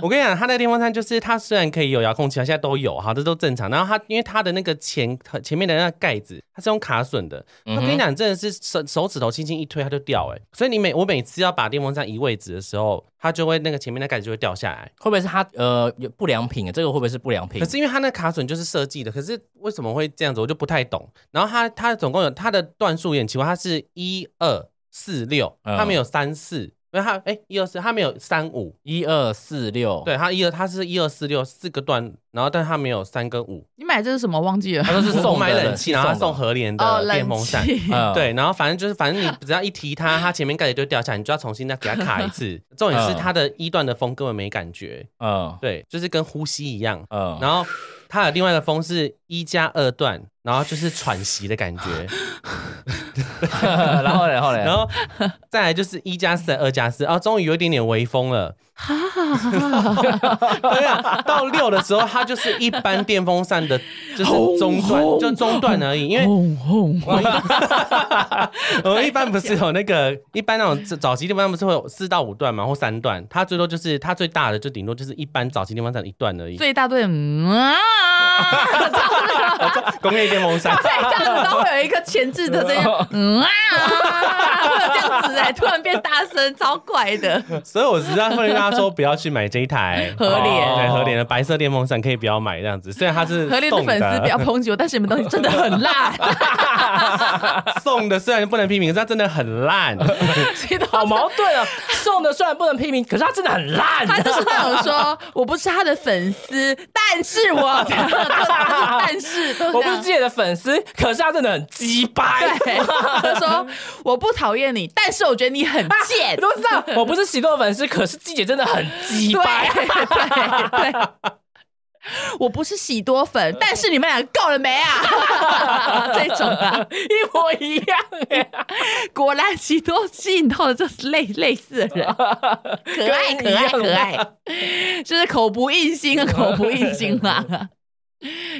S2: 我跟你讲，它那个电风扇就是它虽然可以有遥控器，它现在都有哈，这都正常。然后它因为它的那个前前面的那个盖子，它是用卡榫的。我跟你讲，真的是手手指头轻轻一推它就掉哎、欸所以你每我每次要把电风扇移位置的时候，它就会那个前面的盖子就会掉下来。
S3: 会不会是他呃有不良品？这个会不会是不良品
S2: 可？是因为它那卡榫就是设计的，可是为什么会这样子，我就不太懂。然后它它总共有它的段数也很奇怪，它是一二四六，
S3: 嗯
S2: 它没有三四，因为它哎一二四，它没有三五，
S3: 一二四六，
S2: 对，它一二它是一二四六四个段，然后但它没有三跟五。
S1: 你买这是什么？忘记了
S3: 他都是
S2: 我
S3: 送
S2: 买
S3: 的
S2: 冷气，然后它送荷莲
S1: 哦，
S2: 的电风
S1: 冷 (laughs)
S2: 扇。
S1: 气。
S3: 嗯
S2: 对，然后反正就是，反正你只要一提它，它前面盖子就掉下来，你就要重新再给它卡一次。重点是它的一段的风根本没感觉，
S3: 嗯
S2: 对，就是跟呼吸一样。
S3: 嗯，
S2: 然后它有另外一个风是一加二段，然后就是喘息的感觉，
S3: (laughs) 然后嘞，然后嘞，
S2: 然后再来就是一加四、二加四，啊，终于有一点点微风了。对啊，到六的时候，它就是一般电风扇的，就是中段，就中段而已，因为
S1: 轰轰！轰
S2: 我们一般不是有那个，一般那种早早期电风扇不是会有四到五段嘛，或三段，它最多就是它最大的就顶多就是一般早期电风扇的一段而已，
S1: 最大队，嗯啊，
S2: 工业电风扇。
S1: 最大的都会有一个前置的声音，嗯啊， (laughs) 会有这样子哎，突然变大声，超怪的。
S2: 所以我实在会跟大家说，不要去买这一台
S1: (laughs) 合联
S2: 哦对合联的白色电风扇可以不要买这样子。虽然它是
S1: (laughs) 合理的
S2: 送
S1: 粉丝不要抨击我，但是你们东西真的很烂，
S2: (laughs) 送的，虽然不能批评，可是它真的很烂。
S1: (laughs) 气到
S3: 好矛盾啊！送的虽然不能批评，可是他真的很烂。啊
S1: 他就是那种说，我不是他的粉丝，但是我这样，但是都这
S3: 我不是
S1: 样
S3: 自。己的粉丝，可是他真的很鸡掰。
S1: 对，他说我不讨厌你，但是我觉得你很
S3: 你
S1: 贱。
S3: 都知道我不是喜豆粉丝，可是季姐真的很鸡
S1: 啊对
S3: 掰。
S1: 对对，我不是喜多粉，但是你们俩够了没啊？ (laughs) 这种啊，
S3: (laughs) 一模一样哎，
S1: 果然喜多吸引到的就是类类似的人，
S3: 啊
S1: (laughs) 可爱可
S3: 跟你一
S1: 爱
S3: 样
S1: 可
S3: 啊
S1: 爱， (laughs) 就是口不应心啊，口不应心啦。 (laughs)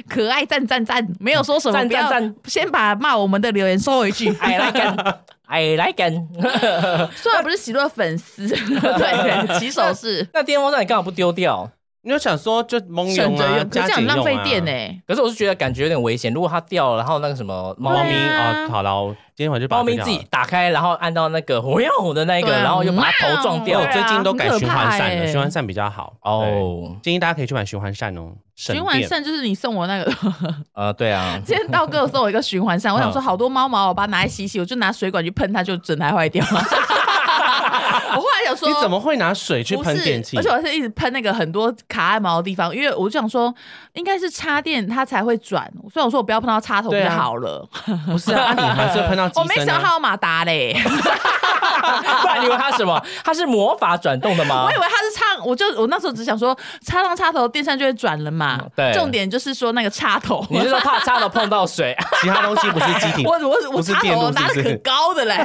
S1: 可爱赞赞赞，没有说什么，
S3: 赞
S1: 不要
S3: 赞赞
S1: 先把骂我们的留言收回
S3: (laughs)
S1: 去。
S3: ，I like it，I like it。
S1: 虽然不是喜多的粉丝，对 (laughs) 对，起手是
S3: (laughs) 那电风扇你干嘛不丢掉？
S2: 你就想说就蒙
S1: 省
S2: 用
S1: 着
S2: 啊，
S1: 用，可
S2: 加
S1: 这样
S2: 紧
S1: 很
S2: 用
S1: 浪费
S2: 啊
S1: 电呢、欸
S3: 可是我是觉得感觉有点危险，如果它掉了，然后那个什么猫
S2: 猫
S3: 咪
S2: 咪
S1: 对啊
S2: 哦，好了，我今天晚上就把它
S3: 猫咪
S2: 丢
S3: 自
S2: 掉
S3: 己
S2: 了
S3: 打开，然后按到那个火药的那一个，
S1: 对啊
S3: 然后又把它头撞掉
S2: 因
S1: 喵
S2: 为我。最近都改
S1: 对啊
S2: 循环
S1: 很可
S2: 扇
S1: 怕
S2: 了，
S1: 欸
S2: 循环扇比较好。对，
S3: 哦，
S2: 建议大家可以去买循环扇哦，省
S1: 循环
S2: 电。
S1: 扇就是你送我那个， (laughs)
S3: 呃，对啊，
S1: 今天道哥有送我一个循环扇，我想说
S3: 嗯
S1: 好多猫毛，我把它拿来洗洗，我就拿水管去喷它，就整台坏掉了。 (laughs) 我后来想说，
S2: 你怎么会拿水去
S1: 不是
S2: 喷电器？
S1: 而且我是一直喷那个很多卡汗毛的地方，因为我就想说，应该是插电它才会转，所以我说我不要碰到插头
S2: 对
S1: 就
S2: 啊
S1: 好了。
S2: 不是
S1: (laughs)
S2: 啊，啊你还是会喷到机
S1: 我没
S2: 身
S1: 想到它 (laughs)
S2: 啊。
S1: 有马达嘞，
S3: (laughs) 不然你以为它什么？它是魔法转动的吗？
S1: 我以为它是插，我就我那时候只想说插上插头电扇就会转了嘛。
S2: 哦
S3: 对
S1: 重点就是说那个插头。
S3: 你是说怕插头碰到水？ (laughs)
S2: 其他东西不是机体，
S1: 我我我
S2: 不是
S1: 插
S2: 电
S1: 头
S2: 路
S1: 我拿的
S2: 是不
S1: 可
S2: 是
S1: 高的
S2: (laughs)
S1: 嘞，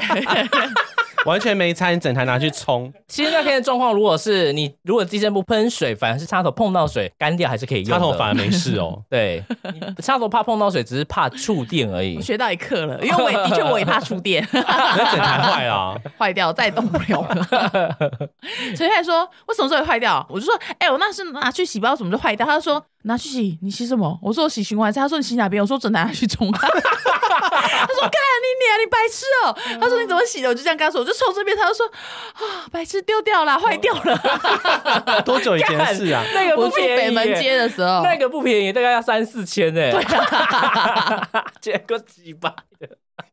S2: 完全没拆，你整台拿去冲，
S3: 其实那天的状况，如果是你如果机身不喷水，反而是插头碰到水干掉，还是可以用的。。
S2: 插头反而没事哦
S3: (laughs) 对，你插头怕碰到水，只是怕触电而已
S1: 我。学到一课了，因为我也的确我也怕触电，
S2: 那整台坏了啊，
S1: 坏掉再也动不了了。
S3: (laughs)
S1: 所以他还说我什么时候会坏掉？我就说，哎、我那是拿去洗，不知道怎么就坏掉。他就说拿去洗，你洗什么？我说我洗循环扇。他说你洗哪边？我说整台拿去 (laughs) 冲。他说干你
S3: 嗯
S1: 你啊，你白痴哦、他说你怎么洗的？我就这样跟他说，我就冲这边。他就说啊，白痴丢掉了，坏掉了。
S2: (laughs) 多久以前的事啊？
S3: 那个
S1: 我
S3: 不
S1: 去
S3: 便宜耶，
S1: 北门街的时候，
S3: 那个不便宜，大概要三四
S1: (laughs)
S3: 千呢。对啊， (laughs) 结果几百，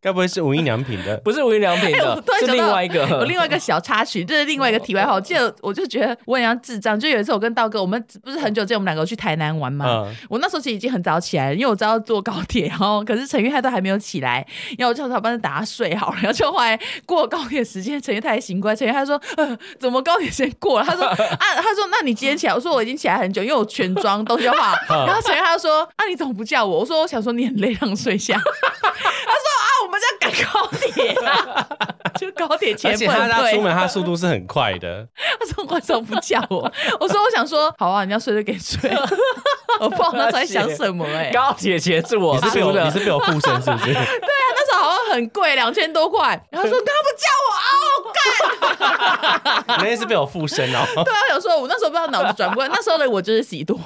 S2: 该不会是无印良品的？
S3: 不是无印良品
S1: 哎我
S3: 的
S1: 突，然
S3: 是
S1: 想到
S3: 另外一个。
S1: 有另外一个小插曲，这是另外
S3: 哦
S1: 一个题外话。我记得，我就觉得我很像智障。就有一次，我跟道哥，我们不是很久之前我们两个去台南玩嘛。
S2: 嗯，
S1: 我那时候其实已经很早起来了，因为我知道要坐高铁，然后可是陈玉泰都还没有起来，然后我就想帮他打他睡好了。然后就后来过高铁时间，陈玉泰醒过来，陈玉泰说：“呃，怎么高铁时间过了？”他说：“啊，他说那你几点起来？”我说：“我已经起来很久，因为我全妆东西都化好。”
S2: 嗯
S1: 然后陈玉泰就说：“啊，你怎么不叫我？”我说：“我想说你很累，让我睡一下。” (laughs) 他说：“啊，我们在赶高铁啊，就高铁前
S2: 而
S1: 不
S2: 且他
S1: 能
S2: 他
S1: 对
S2: 出门他速度是很快的，
S1: 他说为什么不叫我？我说我想说，好啊，你要睡就给你睡。 (laughs) 我不知道他在想什么哎、
S3: 高铁钱是我
S2: 你是被
S3: 出
S2: 我你
S3: 的
S2: 是，被我附身是不
S1: (laughs)
S2: 是？
S1: 他那时候好像很贵，两千多块。然后他说刚刚不叫我啊，
S2: 那也是被我附身哦。
S1: 对啊，有时候我那时候不知道脑子转不过来，那时候的我就是喜多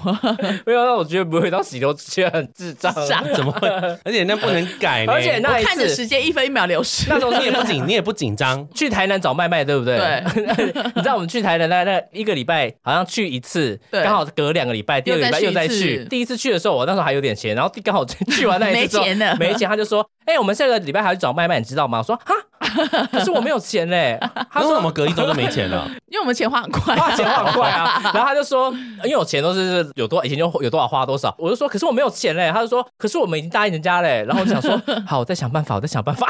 S3: 没有，那我觉得不会到洗头之前很智障。
S1: 傻，
S2: 怎么会？而且那不能改呢。
S3: 而且那
S1: 我
S3: 一
S1: 看着
S3: 次
S1: 时间一分一秒流逝。
S2: 那时候你也不紧，你也不
S1: (laughs)
S2: 紧张，
S3: 去台南找麦麦，对不对？
S1: 对。
S3: (laughs) 你知道我们去台南那那一个礼拜，好像去一次，
S1: 对
S3: 刚好隔两个礼拜，第二个礼拜
S1: 又
S3: 又
S1: 再
S3: 再
S1: 去一次
S3: 去。第一次去的时候，我那时候还有点钱，然后刚好去完那一次之
S1: (laughs)
S3: 后
S1: 没钱了
S3: (laughs) 没钱，他就说：“哎，我们下个礼拜还要去找麦麦，你知道吗？”我说：“哈，可是我没有
S1: (laughs)
S3: 钱嘞。”他
S2: 他说
S3: 说
S2: 我们隔一周就没钱了，
S1: 因为我们钱花很快、：“
S3: 花钱花很快啊。” (laughs) 然后他就说：“因为我钱都是有多以前就有多少花多少。”我就说：“可是我没有钱嘞。”他就说：“可是我们已经答应人家嘞。”然后我就想
S1: (laughs)
S3: 说：“好，我再想办法，我再想办法。”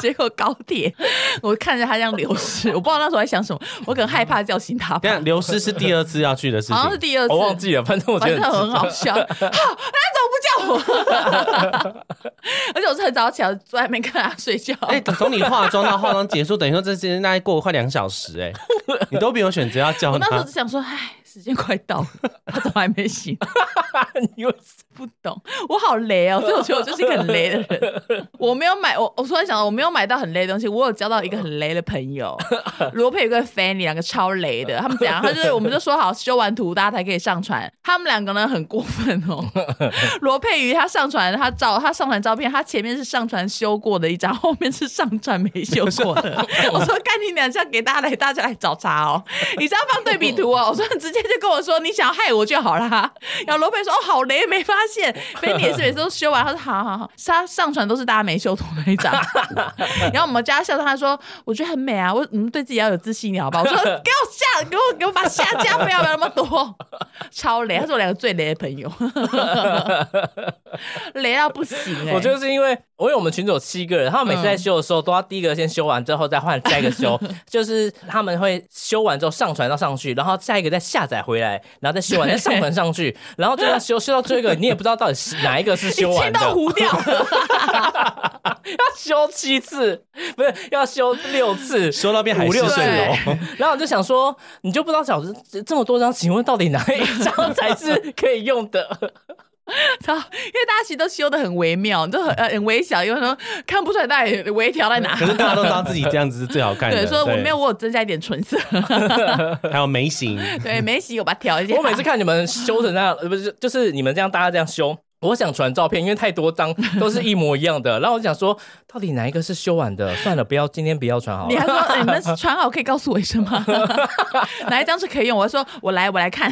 S1: 结果高铁，我看着他这样流逝，我不知道那时候在想什么，我可能害怕叫醒他
S2: 等一
S1: 吧
S2: 下。流失是第二次要去的事
S1: (laughs)
S2: 情，
S1: 好像是第二次，
S3: 我哦忘记了，反正我
S1: 反
S3: 觉
S1: 正
S3: 得
S1: 很好笑。好，那怎么不叫我？ (laughs) 而且我是很早起来，坐在那边看他睡觉。
S2: 哎、从你化妆到化妆结束，等于说这时间大概过了快两小时、
S1: (laughs)
S2: 哎，你都没有选择要教
S1: 我那时候
S2: 他
S1: 只。想说，唉，时间快到了，他怎么还没醒？
S3: (laughs) 你有
S1: 不懂，我好雷哦，所以我觉得我就是一个很雷的人。我没有买，我我突然想到，我没有买到很雷的东西，我有交到一个很雷的朋友，罗佩跟 Fanny 两个超雷的，他们怎样？他就是我们就说好修完图大家才可以上传，他们两个呢很过分哦。罗佩瑜他上传他照他上传照片，他前面是上传修过的一张，后面是上传没修过的。
S3: (laughs)
S1: 我说干你娘，这样给大家来，大家来找茬哦！ (laughs) 你这样放对比图
S3: (laughs)
S1: 哦，我说你直接就跟我说你想要害我就好啦。 (laughs) 然后罗佩说哦好雷，没发现。菲尼也是每次都修完，他说好好好，是他上传都是大家没修图那一
S3: (laughs)
S1: 张。然后我们家笑他说我觉得很美啊，我嗯对自己要有自信一点好吧？我说
S3: (laughs)
S1: 给我下，给我给我把下 (laughs)
S3: (laughs)
S1: 架，不要不要那么多，超雷。他是我两个最雷的朋友。雷到不行哎、
S3: 我就是因为我因为我们群组有七个人，他们每次在
S1: 嗯
S3: 修的时候都要第一个先修完，之后再换下一个修， (laughs) 就是他们会修完之后上传到上去，然后下一个再下载回来，然后再修完再上传上 (laughs) 去，然后就要修修到最后一个，你也不知道到底是哪一个是
S1: (laughs)
S3: 修
S1: 你气
S3: 完的，
S1: 到糊掉了，
S3: 要修七次，不是要修六 (laughs) 次。
S2: 说到变海
S3: 五
S2: 市
S3: 六
S2: 蜃楼，
S3: 然后我就想说，你就不知道饺子这这么多张，请问到底哪一张才是可以用的？
S1: 然后因为大家其实都修的很微妙，
S3: (laughs)
S1: 就很呃很微小，有时候看不出来到底微调在哪
S2: 可。是大家都知道自己这样子是最好看的。
S1: 对，所以我没有，我有增加一点唇
S3: (laughs)
S1: 色，
S2: 还有眉形，
S1: 对，没洗我把它调
S2: (laughs)
S1: 一下。
S3: 我每次看你们修成那样，呃不是就是你们这样大家这样修，我想传照片，因为太多张都是一模一样的。然后我就想说，到底哪一个是修完的？算了，不要今天不要传
S2: (laughs)
S3: 好
S1: 你还
S3: 了。
S1: 说哎你们传好可以告诉我一声吗？ (laughs) 哪一张是可以用？我说我来，我来
S3: (laughs)
S1: 看。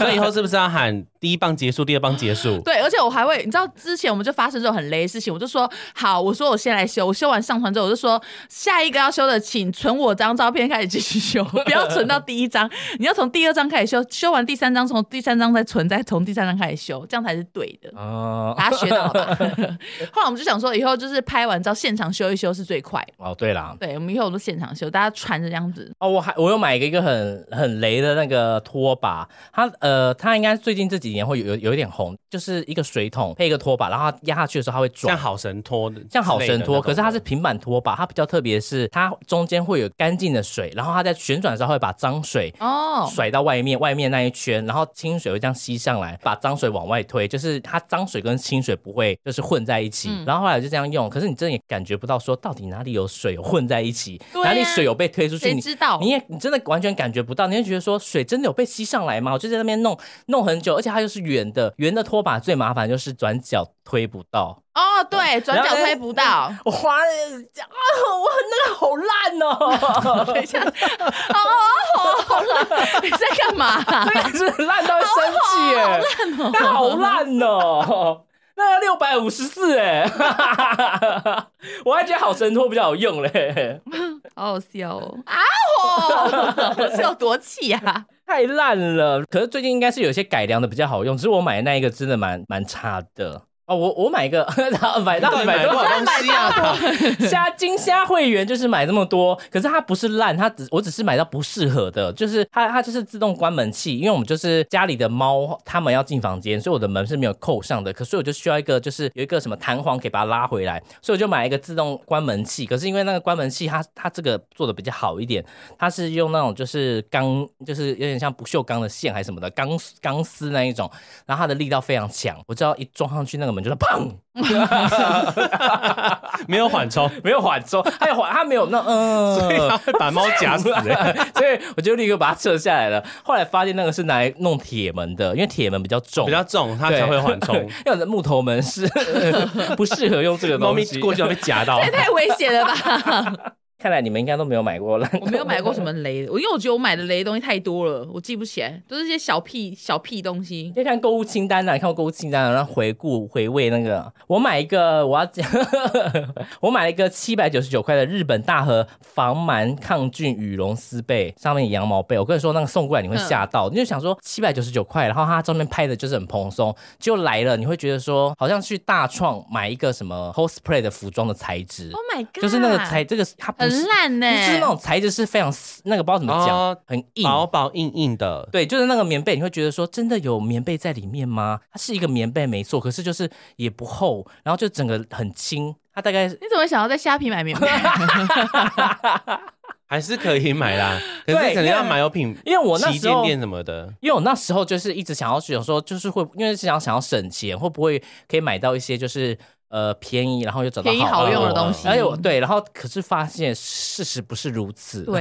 S2: 所以以后是不是要喊第一棒结束，第二棒结束？
S1: 对，而且我还会，你知道之前我们就发生这种很雷的事情，我就说好，我说我先来修，我修完上传之后，我就说下一个要修的，请存我张照片开始继续
S3: (laughs)
S1: 修，不要存到第一张，你要从第二张开始修，修完第三张，从第三张再存，再从第三张开始修，这样才是对
S3: (laughs)
S1: 的。
S3: 啊、
S1: 大家学到了
S3: (laughs)
S1: 吧？后来我们就想说，以后就是拍完照现场修一修是最快的。
S3: 哦，对啦，
S1: 对，我们以后都现场修，大家传着这样子。
S3: 哦，我还我有买一个一个很很雷的那个拖把，它呃，它应该最近这几年会有有有一点红，就是一个水桶配一个拖把，然后它压下去的时候它会转
S2: (laughs) 像。好神拖的之类的那
S3: 像
S2: 种，
S3: 好神拖，可是它是平板拖把，它比较特别的是，它中间会有干净的水，然后它在旋转的时候会把脏水
S1: 哦，
S3: 甩到外面，外面那一圈，然后清水会这样吸上来，把脏水往外推，就是它脏水跟清水不会就是混在一起。然后后来我就这样用，可是你真的也感觉不到说到底哪里有水有混在一起，
S1: 对啊
S3: 哪里水有被推出去，
S1: 谁
S3: 你
S1: 知道
S3: 你也你真的完全感觉不到，你会觉得说水真的有被吸上来吗？我就在那边弄弄很久，而且它又是圆的，圆的拖把最麻烦就是转角推不到。
S1: 哦，对，转角推不到。
S3: 我花了啊，我那个好烂 (laughs) 哦，
S1: 等一下，哦哦，好了，你在干嘛？
S3: 那个是烂到会生气耶、那好烂哦、那六百五十四哎， (laughs) 我还觉得好神拖比较有用嘞，
S1: 好好笑哦！啊吼，我是有多气啊！
S3: 太烂了。可是最近应该是有一些改良的比较好用，只是我买的那一个真的蛮蛮差的。哦，我我买一个， (laughs) 买到
S2: 到底
S3: 买
S2: 买多
S3: 到
S2: 少东西啊？
S3: (laughs) 虾金虾会员就是买这么多，可是它不是烂，它只我只是买到不适合的，就是它它就是自动关门器，因为我们就是家里的猫，它们要进房间，所以我的门是没有扣上的，可是我就需要一个就是有一个什么弹簧可以把它拉回来，所以我就买一个自动关门器，可是因为那个关门器它它这个做的比较好一点，它是用那种就是钢，就是有点像不锈钢的线还是什么的钢丝钢丝那一种，然后它的力道非常强，我只要一撞上去那个门就是砰。
S2: 没有缓冲，
S3: 没有缓冲，还有缓，它没有那嗯，
S2: 所以它会把猫夹死。欸 (laughs)
S3: 所以我就立刻把它撤下来了。后来发现那个是拿来弄铁门的，因为铁门比较重，
S2: 比较重，它
S3: 对
S2: 才会
S3: (laughs)
S2: 缓冲。。
S3: 要的木头门是呃不适合用这个
S2: 猫
S3: 东
S2: 咪
S3: 西。
S2: 过去要被
S1: (laughs)
S2: 夹到，
S1: 这太危险了吧！
S3: 看来你们应该都没有买过了。
S1: 我没有买过什么雷的，我因为我觉得我买的雷的东西太多了，我记不起来，都是一些小屁小屁东西
S3: 你。可以看购物清单呐、你看过购物清单、啊，然后回顾回味那个。我买一个，我要讲， (laughs) 我买了一个七百九十九块的日本大和防螨抗菌羽绒丝被，上面有羊毛被。我跟你说，那个送过来你会吓
S1: 嗯
S3: 到，你就想说七百九十九块，然后它上面拍的就是很蓬松，就来了，你会觉得说好像去大创买一个什么 cosplay 的服装的材质，
S1: Oh my god！
S3: 就是那个材，这个它不
S1: 很
S3: 是，
S1: 烂欸呢，
S3: 就是那种材质是非常丝那个不知道怎么讲，
S2: 哦
S3: 很硬，
S2: 薄薄硬硬的，
S3: 对，就是那个棉被，你会觉得说，真的有棉被在里面吗？它是一个棉被没错，可是就是也不厚，然后就整个很轻，它大概
S1: 你怎么会想要在虾皮买棉被？
S2: 还是可以买啦。可
S3: 对
S2: 是可能要
S3: 因为
S2: 买有哦品
S3: 因为我那
S2: 旗
S3: 时
S2: 舰
S3: 候。
S2: 店什么的，
S3: 因为我那时候就是一直想要想说，就是会因为是想想要省钱，会不会可以买到一些就是呃便宜，然后又找到
S1: 便宜好用的东西嗯
S3: 而且我哎对，然后可是发现事实不是如此。
S1: 对，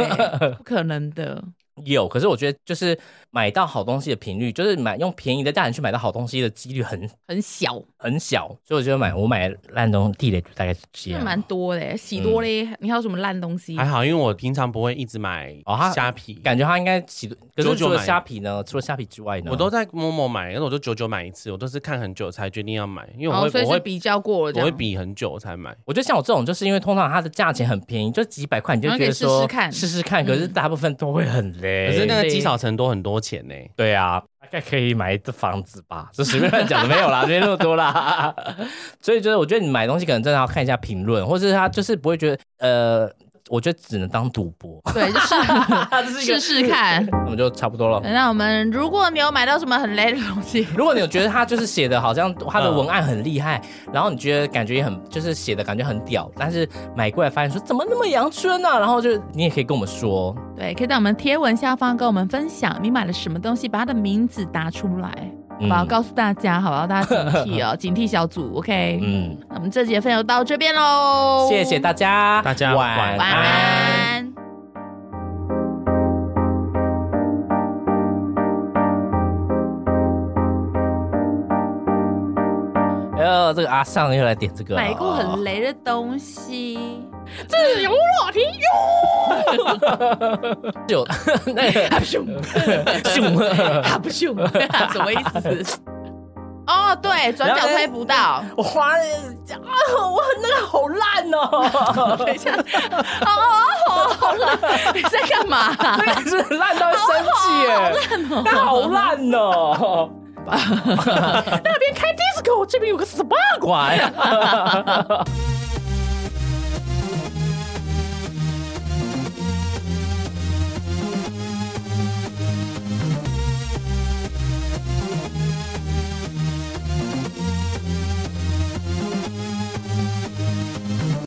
S1: 不可能的。
S3: (laughs) 有，可是我觉得就是买到好东西的频率，就是买用便宜的价钱去买到好东西的几率很
S1: 很小，
S3: 很小，所以我觉得买我买烂东地雷就大概是这
S1: 是
S3: 样。
S1: 蛮多的，喜多嘞。你还有什么烂东西
S2: 还？好，因为我平常不会一直买
S3: 哦它
S2: 虾皮，
S3: 感觉他应该喜多，可是
S2: 久久
S3: 除了
S2: 买
S3: 虾皮呢？除了虾皮之外呢？
S2: 我都在某某买，然后我就久久买一次，我都是看很久才决定要买，因为
S1: 然
S2: 我
S1: 后
S2: 会
S1: 哦所以
S2: 我
S1: 是
S2: 会
S1: 比较过了，这
S2: 我
S1: 样
S2: 会比很久才买。
S3: 我觉得像我这种，就是因为通常它的价钱很便宜，就几百块，你就觉得
S1: 然后可以试
S3: 说
S1: 试看嗯
S3: 试试看。可是大部分都会很嘞。
S2: 可是那个积少成多很多钱呢、
S3: 对啊，大概可以买一个房子吧，这随便乱讲的没有啦，没那么多啦。 (laughs) 所以就是我觉得你买东西可能真的要看一下评论，或者是他就是不会觉得呃，我觉得只能当赌博。
S1: 对，就是试试看。
S3: 那么就差不多了。
S1: 那我们如果你有买到什么很雷的东西， (laughs)
S3: 如果你有觉得他就是写的好像他的文案很厉害，然后你觉得感觉也很就是写的感觉很屌，但是买过来发现说怎么那么阳春啊，然后就你也可以跟我们说，
S1: 对，可以在我们贴文下方跟我们分享你买了什么东西，把它的名字打出来，好
S3: 嗯
S1: 不好？告诉大家，好不好？大家警惕哦，警惕小组，OK？
S3: 嗯，
S1: 那我们这节分享到这边喽，
S3: 谢谢大家，
S2: 大家
S3: 晚
S2: 晚
S1: 晚安。
S3: 哎呦，这个阿尚又来点这个，
S1: 买过很雷的东西，自由落体
S3: 有那个
S1: 哈不咻，
S3: 熊，
S1: 哈不咻，什么意思？哦，对，转角推不到。
S3: 我花了啊，我那个好烂哦，
S1: 等一下，哦哦，好了，你在干嘛？
S3: 那个是烂到会生气耶，那好烂哦。哎那边开 disco，这边有个 SPA 馆。